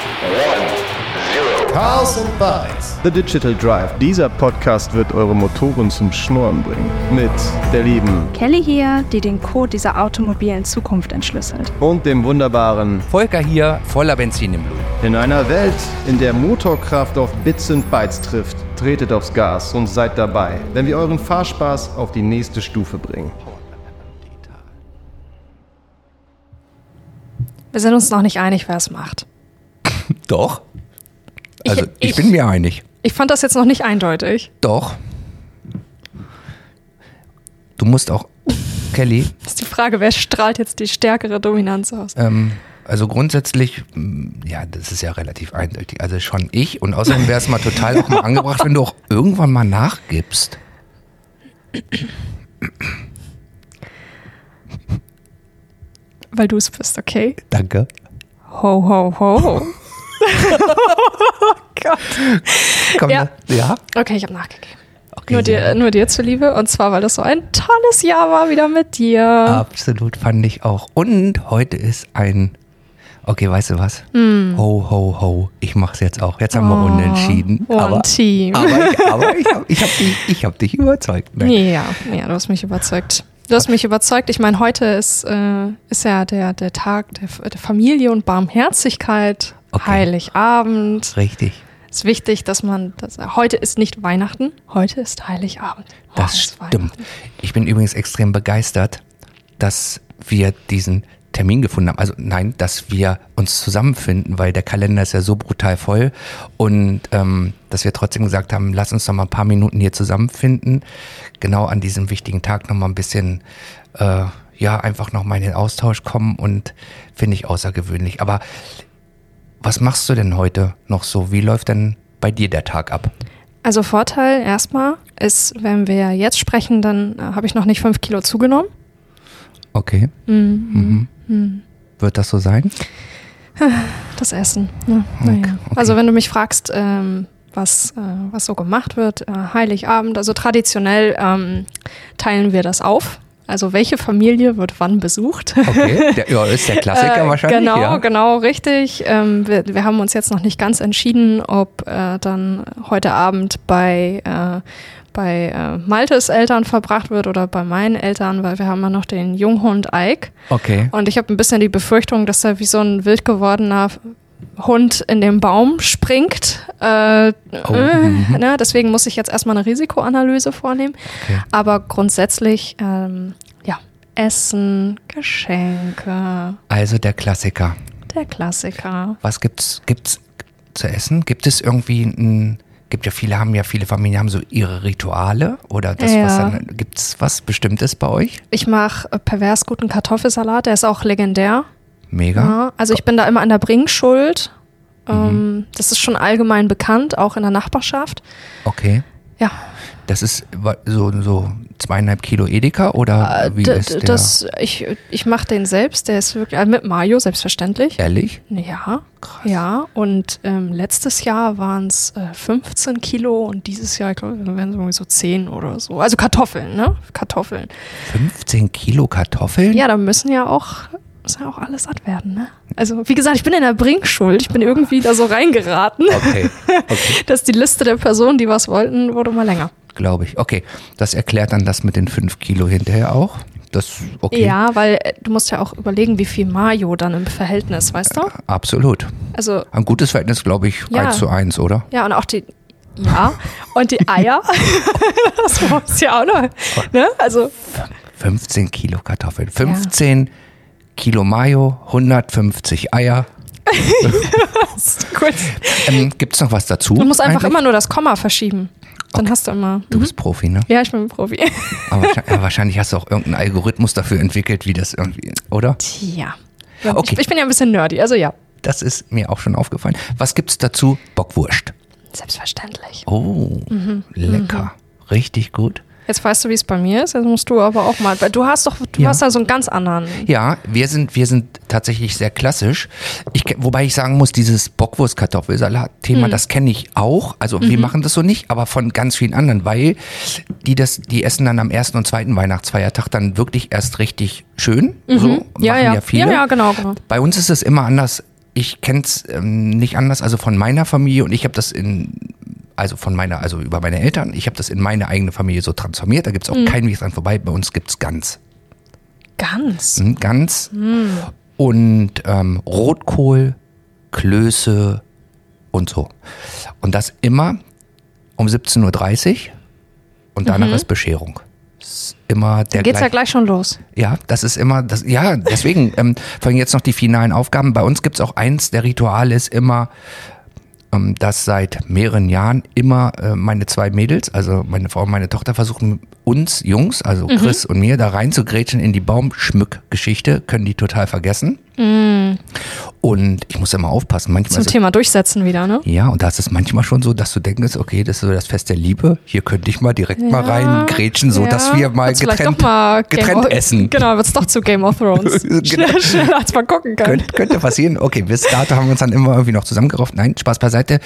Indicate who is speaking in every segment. Speaker 1: two, one, zero.
Speaker 2: Cars and Bikes.
Speaker 3: The Digital Drive. Dieser Podcast wird eure Motoren zum Schnurren bringen. Mit der lieben
Speaker 4: Kelly hier, die den Code dieser automobilen Zukunft entschlüsselt.
Speaker 3: und dem wunderbaren
Speaker 5: Volker hier, voller Benzin im Blut.
Speaker 3: in einer Welt, in der Motorkraft auf Bits und Bytes trifft. Tretet aufs Gas und seid dabei, wenn wir euren Fahrspaß auf die nächste Stufe bringen.
Speaker 4: Wir sind uns noch nicht einig, wer es macht.
Speaker 5: Doch. Also ich,
Speaker 4: ich-
Speaker 5: bin mir einig.
Speaker 4: Ich fand das jetzt noch nicht eindeutig.
Speaker 5: Doch. Du musst auch, Kelly,
Speaker 4: Das ist die Frage, wer strahlt jetzt die stärkere Dominanz aus?
Speaker 5: ähm, also grundsätzlich, mm, ja, das ist ja relativ eindeutig. Also schon ich und außerdem wäre es mal total auch mal angebracht, wenn du auch irgendwann mal nachgibst.
Speaker 4: Weil du es bist, okay?
Speaker 5: Danke.
Speaker 4: Ho, ho, ho. oh Gott.
Speaker 5: Komm,
Speaker 4: Ja.
Speaker 5: ja. ja?
Speaker 4: Okay, ich habe nachgegeben.
Speaker 5: Okay,
Speaker 4: Nur
Speaker 5: sehr
Speaker 4: dir, nur dir zuliebe. Und zwar, weil das so ein tolles Jahr war wieder mit dir.
Speaker 5: Absolut, fand ich auch. Und heute ist ein. Okay, weißt du was? Ho, ho, ho. Ich mach's jetzt auch. Jetzt haben wir unentschieden.
Speaker 4: One
Speaker 5: aber, ah,
Speaker 4: Team.
Speaker 5: aber, ich- aber ich hab, ich hab, dich, ich hab dich überzeugt. Nein.
Speaker 4: Ja, ja, du hast mich überzeugt. Du hast mich überzeugt. Ich meine, heute ist, äh, ist ja der, der Tag der, F- der Familie und Barmherzigkeit.
Speaker 5: Okay.
Speaker 4: Heiligabend.
Speaker 5: Richtig.
Speaker 4: ist wichtig, dass man das. Heute ist nicht Weihnachten, heute ist Heiligabend. Morgen
Speaker 5: Das
Speaker 4: ist
Speaker 5: stimmt.
Speaker 4: Weihnachten.
Speaker 5: Ich bin übrigens extrem begeistert, dass wir diesen Termin gefunden haben. Also nein, dass wir uns zusammenfinden, weil der Kalender ist ja so brutal voll und ähm, dass wir trotzdem gesagt haben, lass uns noch mal ein paar Minuten hier zusammenfinden. Genau an diesem wichtigen Tag noch mal ein bisschen, äh, ja, einfach noch mal in den Austausch kommen und finde ich außergewöhnlich. Aber was machst du denn heute noch so? Wie läuft denn bei dir der Tag ab?
Speaker 4: Also Vorteil erstmal ist, wenn wir jetzt sprechen, dann äh, habe ich noch nicht fünf Kilo zugenommen.
Speaker 5: Okay. Mhm. Wird das so sein?
Speaker 4: Das Essen.
Speaker 5: Hm,
Speaker 4: Ne? Naja. Also wenn du mich fragst, ähm, was, äh, was so gemacht wird, äh, Heiligabend, also traditionell ähm, teilen wir das auf. Also welche Familie wird wann besucht?
Speaker 5: Okay, der, ja, ist der Klassiker
Speaker 4: Äh,
Speaker 5: wahrscheinlich.
Speaker 4: Genau,
Speaker 5: ja.
Speaker 4: genau, richtig. Ähm, wir, wir haben uns jetzt noch nicht ganz entschieden, ob äh, dann heute Abend bei, äh, bei äh, Maltes Eltern verbracht wird oder bei meinen Eltern, weil wir haben ja noch den Junghund Ike.
Speaker 5: Okay.
Speaker 4: Und ich habe ein bisschen die Befürchtung, dass er wie so ein wild gewordener Hund in den Baum springt. Äh,
Speaker 5: Oh,
Speaker 4: äh,
Speaker 5: mhm.
Speaker 4: ne? Deswegen muss ich jetzt erstmal eine Risikoanalyse vornehmen. Aber grundsätzlich, ähm, ja, Essen, Geschenke,
Speaker 5: Also der Klassiker.
Speaker 4: der Klassiker.
Speaker 5: Was gibt's, gibt's zu essen? Gibt es irgendwie ein, gibt ja viele, haben ja viele Familien, haben so ihre Rituale oder das, was
Speaker 4: Ja.
Speaker 5: dann, gibt's was Bestimmtes bei euch?
Speaker 4: Ich mache pervers guten Kartoffelsalat, der ist auch legendär.
Speaker 5: Mega.
Speaker 4: Ja, also ich bin da immer an der Bringschuld.
Speaker 5: Mhm.
Speaker 4: Ähm, das ist schon allgemein bekannt, auch in der Nachbarschaft.
Speaker 5: Okay.
Speaker 4: Ja,
Speaker 5: Das ist wa- so, so zweieinhalb Kilo Edeka oder
Speaker 4: Äh,
Speaker 5: wie
Speaker 4: d-
Speaker 5: ist
Speaker 4: d-
Speaker 5: der?
Speaker 4: das, ich ich mache den selbst, der ist wirklich äh, mit Mario, selbstverständlich.
Speaker 5: Ehrlich?
Speaker 4: Ja, ja. Und ähm, letztes Jahr waren es äh, 15 Kilo und dieses Jahr, glaube ich, werden es irgendwie so 10 oder so. Also Kartoffeln, ne? Kartoffeln.
Speaker 5: 15 Kilo Kartoffeln?
Speaker 4: Ja, da müssen ja auch, muss ja auch alles satt werden, ne? Also, wie gesagt, ich bin in der Bringschuld. Ich bin irgendwie da so reingeraten,
Speaker 5: Okay. Ah, okay.
Speaker 4: dass die Liste der Personen, die was wollten, wurde mal länger.
Speaker 5: Glaube ich. Okay. Das erklärt dann das mit den 5 Kilo hinterher auch. Das, okay.
Speaker 4: Ja, weil äh, du musst ja auch überlegen, wie viel Mayo dann im Verhältnis, weißt du?
Speaker 5: Absolut.
Speaker 4: Also,
Speaker 5: Ein gutes Verhältnis, glaube ich,
Speaker 4: Ja.
Speaker 5: eins zu eins, oder?
Speaker 4: Ja, und auch die. Ja, und die Eier. das brauchst du ja auch noch. Ne? Also,
Speaker 5: 15 Kilo Kartoffeln, 15 Kilo Mayo, 150 Eier.
Speaker 4: gut.
Speaker 5: Ähm, Gibt es noch was dazu?
Speaker 4: Du musst einfach
Speaker 5: eigentlich?
Speaker 4: immer Mhm. nur das Komma verschieben. Dann hast du immer.
Speaker 5: Du bist Profi, ne?
Speaker 4: Ja, ich bin Profi.
Speaker 5: Aber wahrscheinlich, ja, wahrscheinlich hast du auch irgendeinen Algorithmus dafür entwickelt, wie das irgendwie, oder?
Speaker 4: Tja.
Speaker 5: Okay.
Speaker 4: Ich, ich bin ja ein bisschen nerdy, also ja.
Speaker 5: Das ist mir auch schon aufgefallen. Was gibt's dazu? Bockwurst.
Speaker 4: Selbstverständlich.
Speaker 5: Oh,
Speaker 4: Mhm.
Speaker 5: lecker. Richtig gut.
Speaker 4: Jetzt weißt du, wie es bei mir ist. Jetzt musst du aber auch mal. Weil du hast doch, du
Speaker 5: Ja.
Speaker 4: hast ja so einen ganz anderen.
Speaker 5: Ja, wir sind, wir sind tatsächlich sehr klassisch. Ich, ke- wobei ich sagen muss, dieses Bockwurst-Kartoffelsalat-Thema,
Speaker 4: Hm.
Speaker 5: das kenne ich auch. Also wir
Speaker 4: Mhm.
Speaker 5: machen das so nicht, aber von ganz vielen anderen, weil die das, die essen dann am ersten und zweiten Weihnachtsfeiertag dann wirklich erst richtig schön. So machen
Speaker 4: ja,
Speaker 5: ja,
Speaker 4: Mhm. ja.
Speaker 5: viele.
Speaker 4: Ja, ja, genau, genau.
Speaker 5: Bei uns ist es immer anders ich kenne es ähm, nicht anders, also von meiner Familie und ich habe das in, also von meiner, also über meine Eltern, ich habe das in meine eigene Familie so transformiert, da gibt
Speaker 4: Mhm.
Speaker 5: es auch keinen Weg dran vorbei, bei uns gibt es Gans.
Speaker 4: Ganz.
Speaker 5: Hm, Gans und ähm, Rotkohl, Klöße und so. Und das immer um 17.30 Uhr und danach ist Bescherung. Ist immer der
Speaker 4: Mhm. Dann geht's ja
Speaker 5: gleiche-
Speaker 4: gleich schon los.
Speaker 5: ja, das ist immer, das, ja, deswegen, ähm, vor allem jetzt noch die finalen Aufgaben. Bei uns gibt's auch eins, der Ritual ist immer, ähm, dass seit mehreren Jahren immer äh, meine zwei Mädels, also meine Frau und meine Tochter, versuchen uns Jungs, also
Speaker 4: Mhm.
Speaker 5: Chris und mir, da reinzugrätschen in die Baumschmückgeschichte, können die total vergessen. Und ich muss immer aufpassen, manchmal
Speaker 4: Mm. Zum
Speaker 5: ist
Speaker 4: Thema Durchsetzen wieder, ne?
Speaker 5: ja, und da ist es manchmal schon so, dass du denkst, okay, das ist so das Fest der Liebe. Hier könnte ich mal direkt mal rein grätschen, so
Speaker 4: ja.
Speaker 5: dass wir mal
Speaker 4: Wird's vielleicht
Speaker 5: getrennt,
Speaker 4: doch mal Game
Speaker 5: getrennt
Speaker 4: of,
Speaker 5: essen.
Speaker 4: Genau, wird's doch zu Game of Thrones.
Speaker 5: Genau.
Speaker 4: Schnell, schneller als man gucken kann.
Speaker 5: Könnte, könnte passieren. Okay, bis dato haben wir uns dann immer irgendwie noch zusammengerauft. Nein, Spaß beiseite.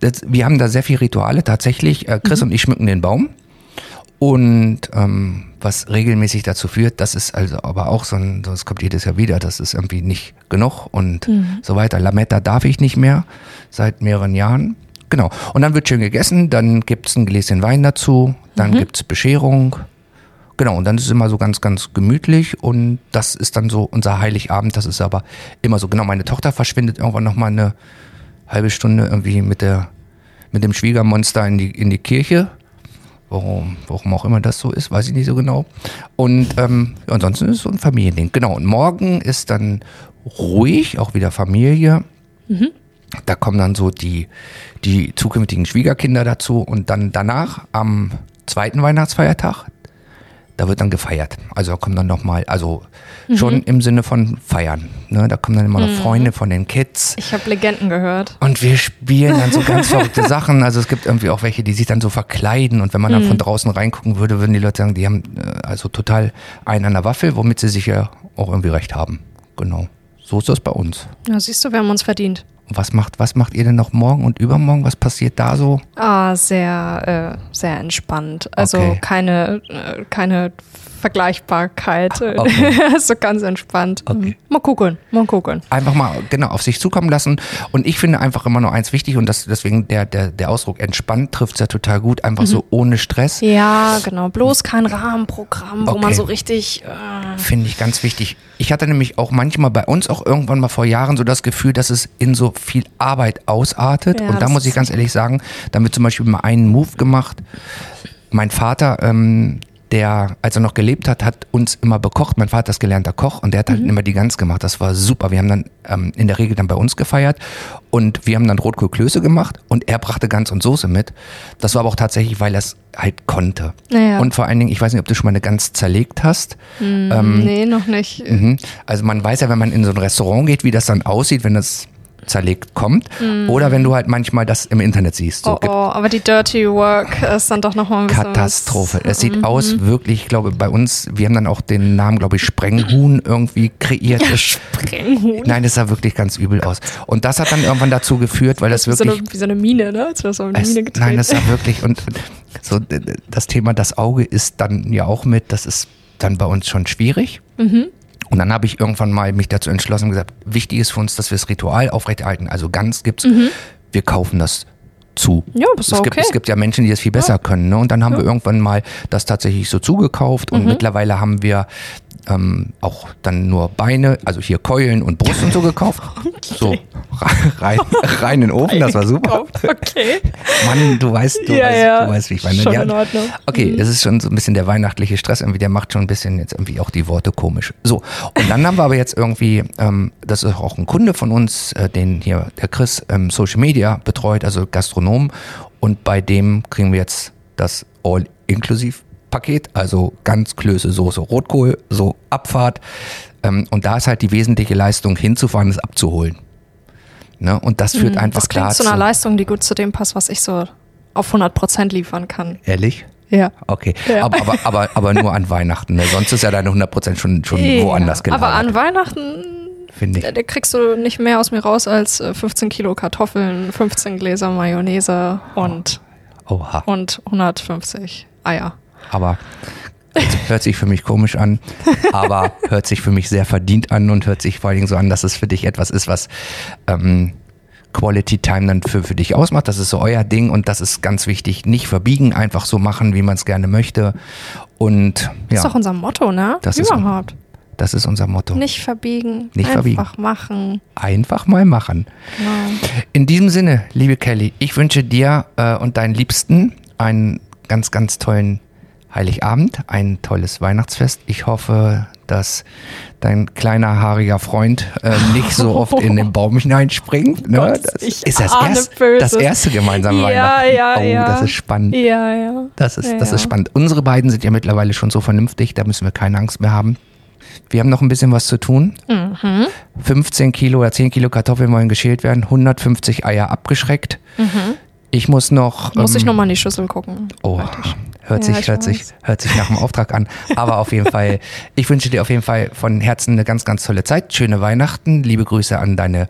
Speaker 5: Das, wir haben da sehr viele Rituale. Tatsächlich, äh, Chris und ich schmücken den Baum. Und ähm, was regelmäßig dazu führt, das ist also aber auch so ein, das kommt jedes Jahr wieder, das ist irgendwie nicht genug und so weiter. Lametta darf ich nicht mehr seit mehreren Jahren. Genau. Und dann wird schön gegessen, dann gibt's ein Gläschen Wein dazu, dann gibt's Bescherung. Genau, und dann ist es immer so ganz, ganz gemütlich und das ist dann so unser Heiligabend, das ist aber immer so. Genau, meine Tochter verschwindet irgendwann nochmal eine halbe Stunde irgendwie mit der, mit dem Schwiegermonster in die, in die Kirche. Warum, warum auch immer das so ist, weiß ich nicht so genau. Und ähm, ja, ansonsten ist es so ein Familiending. Genau, und morgen ist dann ruhig, auch wieder Familie. Da kommen dann so die, die zukünftigen Schwiegerkinder dazu und dann danach am zweiten Weihnachtsfeiertag, da wird dann gefeiert. Also da kommen dann nochmal, also schon im Sinne von feiern. Ne? Da kommen dann immer noch Freunde von den Kids.
Speaker 4: Ich habe Legenden gehört.
Speaker 5: Und wir spielen dann so ganz verrückte Sachen. Also es gibt irgendwie auch welche, die sich dann so verkleiden. Und wenn man dann von draußen reingucken würde, würden die Leute sagen, die haben äh, also total einen an der Waffel, womit sie sich ja auch irgendwie recht haben. Genau. So ist das bei uns.
Speaker 4: Ja, siehst du, wir haben uns verdient.
Speaker 5: Und was macht, was macht ihr denn noch morgen und übermorgen? Was passiert da so?
Speaker 4: Ah, sehr, äh, sehr entspannt. Also
Speaker 5: Okay.
Speaker 4: keine, äh, keine Vergleichbarkeit.
Speaker 5: Ah, okay.
Speaker 4: so ganz entspannt.
Speaker 5: Okay.
Speaker 4: Mal gucken, mal gucken.
Speaker 5: Einfach mal genau auf sich zukommen lassen. Und ich finde einfach immer nur eins wichtig und das, deswegen der, der, der Ausdruck entspannt trifft es ja total gut. Einfach so ohne Stress.
Speaker 4: Ja, genau. Bloß kein Rahmenprogramm, wo
Speaker 5: Okay.
Speaker 4: man so richtig. Äh,
Speaker 5: Finde ich ganz wichtig. Ich hatte nämlich auch manchmal bei uns auch irgendwann mal vor Jahren so das Gefühl, dass es in so viel Arbeit ausartet.
Speaker 4: Ja,
Speaker 5: und da
Speaker 4: das
Speaker 5: muss ich
Speaker 4: ist
Speaker 5: ganz ehrlich sagen, da haben wir zum Beispiel mal einen Move gemacht. Mein Vater, ähm, der, als er noch gelebt hat, hat uns immer bekocht. Mein Vater ist gelernter Koch und der hat halt
Speaker 4: Mhm.
Speaker 5: immer die Gans gemacht. Das war super. Wir haben dann ähm, in der Regel dann bei uns gefeiert und wir haben dann Rotkohlklöße gemacht und er brachte Gans und Soße mit. Das war aber auch tatsächlich, weil er es halt konnte.
Speaker 4: Naja.
Speaker 5: Und vor allen Dingen, ich weiß nicht, ob du schon mal eine Gans zerlegt hast. Hm.
Speaker 4: nee, noch nicht.
Speaker 5: Mhm. Also man weiß ja, wenn man in so ein Restaurant geht, wie das dann aussieht, wenn das zerlegt kommt. Oder wenn du halt manchmal das im Internet siehst. So
Speaker 4: Mhm. oh, oh, aber die Dirty Work ist dann doch nochmal ein bisschen. was.
Speaker 5: Katastrophe. Es
Speaker 4: Mhm.
Speaker 5: sieht aus wirklich, ich glaube, bei uns, wir haben dann auch den Namen, glaube ich, Sprenghuhn irgendwie kreiert. Es-
Speaker 4: Sprenghuhn.
Speaker 5: Nein, das sah wirklich ganz übel aus. Und das hat dann irgendwann dazu geführt, weil das
Speaker 4: Wie so,
Speaker 5: wirklich
Speaker 4: eine, wie so eine Mine, ne? Als wäre so eine
Speaker 5: Es,
Speaker 4: Mine
Speaker 5: nein, das
Speaker 4: getreten.
Speaker 5: war wirklich und und so äh, das Thema das Auge ist dann ja auch mit, das ist dann bei uns schon schwierig.
Speaker 4: Mhm.
Speaker 5: Und dann habe ich irgendwann mal mich dazu entschlossen und gesagt, wichtig ist für uns, dass wir das Ritual aufrechterhalten. Also ganz gibt's, wir kaufen das zu.
Speaker 4: Mhm. Ja, das ist
Speaker 5: es
Speaker 4: doch
Speaker 5: gibt,
Speaker 4: okay.
Speaker 5: es gibt ja Menschen, die das viel besser können. Ne? Und dann haben wir irgendwann mal das tatsächlich so zugekauft
Speaker 4: Mhm.
Speaker 5: und mittlerweile haben wir ähm, auch dann nur Beine, also hier Keulen und Brust und so gekauft. So rein, rein in den Ofen, das war super.
Speaker 4: Gekauft. Okay.
Speaker 5: Mann, du weißt, du,
Speaker 4: Ja,
Speaker 5: weißt,
Speaker 4: ja.
Speaker 5: du weißt, wie ich meine.
Speaker 4: Schon
Speaker 5: Der-
Speaker 4: in Ordnung. Mhm.
Speaker 5: Okay, es ist schon so ein bisschen der weihnachtliche Stress irgendwie, der macht schon ein bisschen jetzt irgendwie auch die Worte komisch. So, und dann haben wir aber jetzt irgendwie, ähm, das ist auch ein Kunde von uns, äh, den hier der Chris ähm, Social Media betreut, also Gastronom. Und bei dem kriegen wir jetzt das All-Inklusiv-Paket, also ganz Klöße, Soße, Rotkohl, so Abfahrt. Ähm, und da ist halt die wesentliche Leistung hinzufahren, es abzuholen. Ne? Und das führt einfach
Speaker 4: Mhm. Das klingt
Speaker 5: klar
Speaker 4: zu einer Leistung, die gut zu dem passt, was ich so auf 100% liefern kann.
Speaker 5: Ehrlich?
Speaker 4: Ja.
Speaker 5: Okay,
Speaker 4: Ja.
Speaker 5: aber, aber, aber, aber nur an Weihnachten. Ne? Sonst ist ja deine 100% schon, schon woanders
Speaker 4: ja. Aber
Speaker 5: gelagert,
Speaker 4: an Weihnachten
Speaker 5: finde ich.
Speaker 4: äh, da kriegst du nicht mehr aus mir raus als äh, 15 Kilo Kartoffeln, 15 Gläser Mayonnaise und,
Speaker 5: Oh. Oha,
Speaker 4: und 150 Eier.
Speaker 5: aber Hört sich für mich komisch an, aber hört sich für mich sehr verdient an und hört sich vor allen Dingen so an, dass es für dich etwas ist, was ähm, Quality Time dann für, für dich ausmacht. Das ist so euer Ding und das ist ganz wichtig. Nicht verbiegen, einfach so machen, wie man es gerne möchte. Und
Speaker 4: Das ist
Speaker 5: ja,
Speaker 4: doch unser Motto, ne?
Speaker 5: Das ist-
Speaker 4: Überhaupt.
Speaker 5: das ist unser Motto.
Speaker 4: Nicht verbiegen,
Speaker 5: Nicht
Speaker 4: einfach
Speaker 5: verbiegen.
Speaker 4: machen.
Speaker 5: Einfach mal machen.
Speaker 4: Genau.
Speaker 5: In diesem Sinne, liebe Kelly, ich wünsche dir äh, und deinen Liebsten einen ganz, ganz tollen Heiligabend, ein tolles Weihnachtsfest. Ich hoffe, dass dein kleiner haariger Freund äh, nicht so oft in den Baum hineinspringt. Ne?
Speaker 4: Gott,
Speaker 5: das
Speaker 4: ich
Speaker 5: ist das,
Speaker 4: ahne Böses.
Speaker 5: das erste gemeinsame
Speaker 4: Ja,
Speaker 5: Weihnachten.
Speaker 4: ja,
Speaker 5: oh,
Speaker 4: ja.
Speaker 5: das ist spannend.
Speaker 4: Ja, ja.
Speaker 5: Das ist, das
Speaker 4: Ja.
Speaker 5: ist spannend. Unsere beiden sind ja mittlerweile schon so vernünftig, da müssen wir keine Angst mehr haben. Wir haben noch ein bisschen was zu tun.
Speaker 4: Mhm.
Speaker 5: 15 Kilo oder 10 Kilo Kartoffeln wollen geschält werden, 150 Eier abgeschreckt. Ich muss noch.
Speaker 4: Mhm. Muss ich
Speaker 5: ähm,
Speaker 4: nochmal in die Schüssel gucken.
Speaker 5: Oh, hört
Speaker 4: Ja,
Speaker 5: sich,
Speaker 4: ich
Speaker 5: hört sich,
Speaker 4: weiß.
Speaker 5: hört sich nach dem Auftrag an. Aber auf jeden Fall, ich wünsche dir auf jeden Fall von Herzen eine ganz, ganz tolle Zeit. Schöne Weihnachten. Liebe Grüße an deine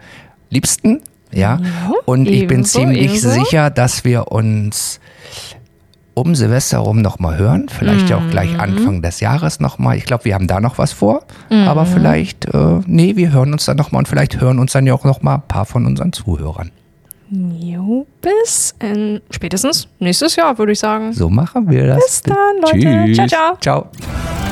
Speaker 5: Liebsten. Ja. Und ich bin
Speaker 4: ebenso,
Speaker 5: ziemlich
Speaker 4: ebenso.
Speaker 5: sicher, dass wir uns um Silvester rum nochmal hören. Vielleicht ja auch
Speaker 4: Mhm.
Speaker 5: gleich Anfang des Jahres nochmal. Ich glaube, wir haben da noch was vor.
Speaker 4: Mhm.
Speaker 5: Aber vielleicht, äh, nee, wir hören uns dann nochmal und vielleicht hören uns dann ja auch nochmal ein paar von unseren Zuhörern.
Speaker 4: Jo, bis in, spätestens nächstes Jahr, würde ich sagen.
Speaker 5: So machen wir das.
Speaker 4: Bis dann, Leute. Ciao, ciao.
Speaker 5: Ciao.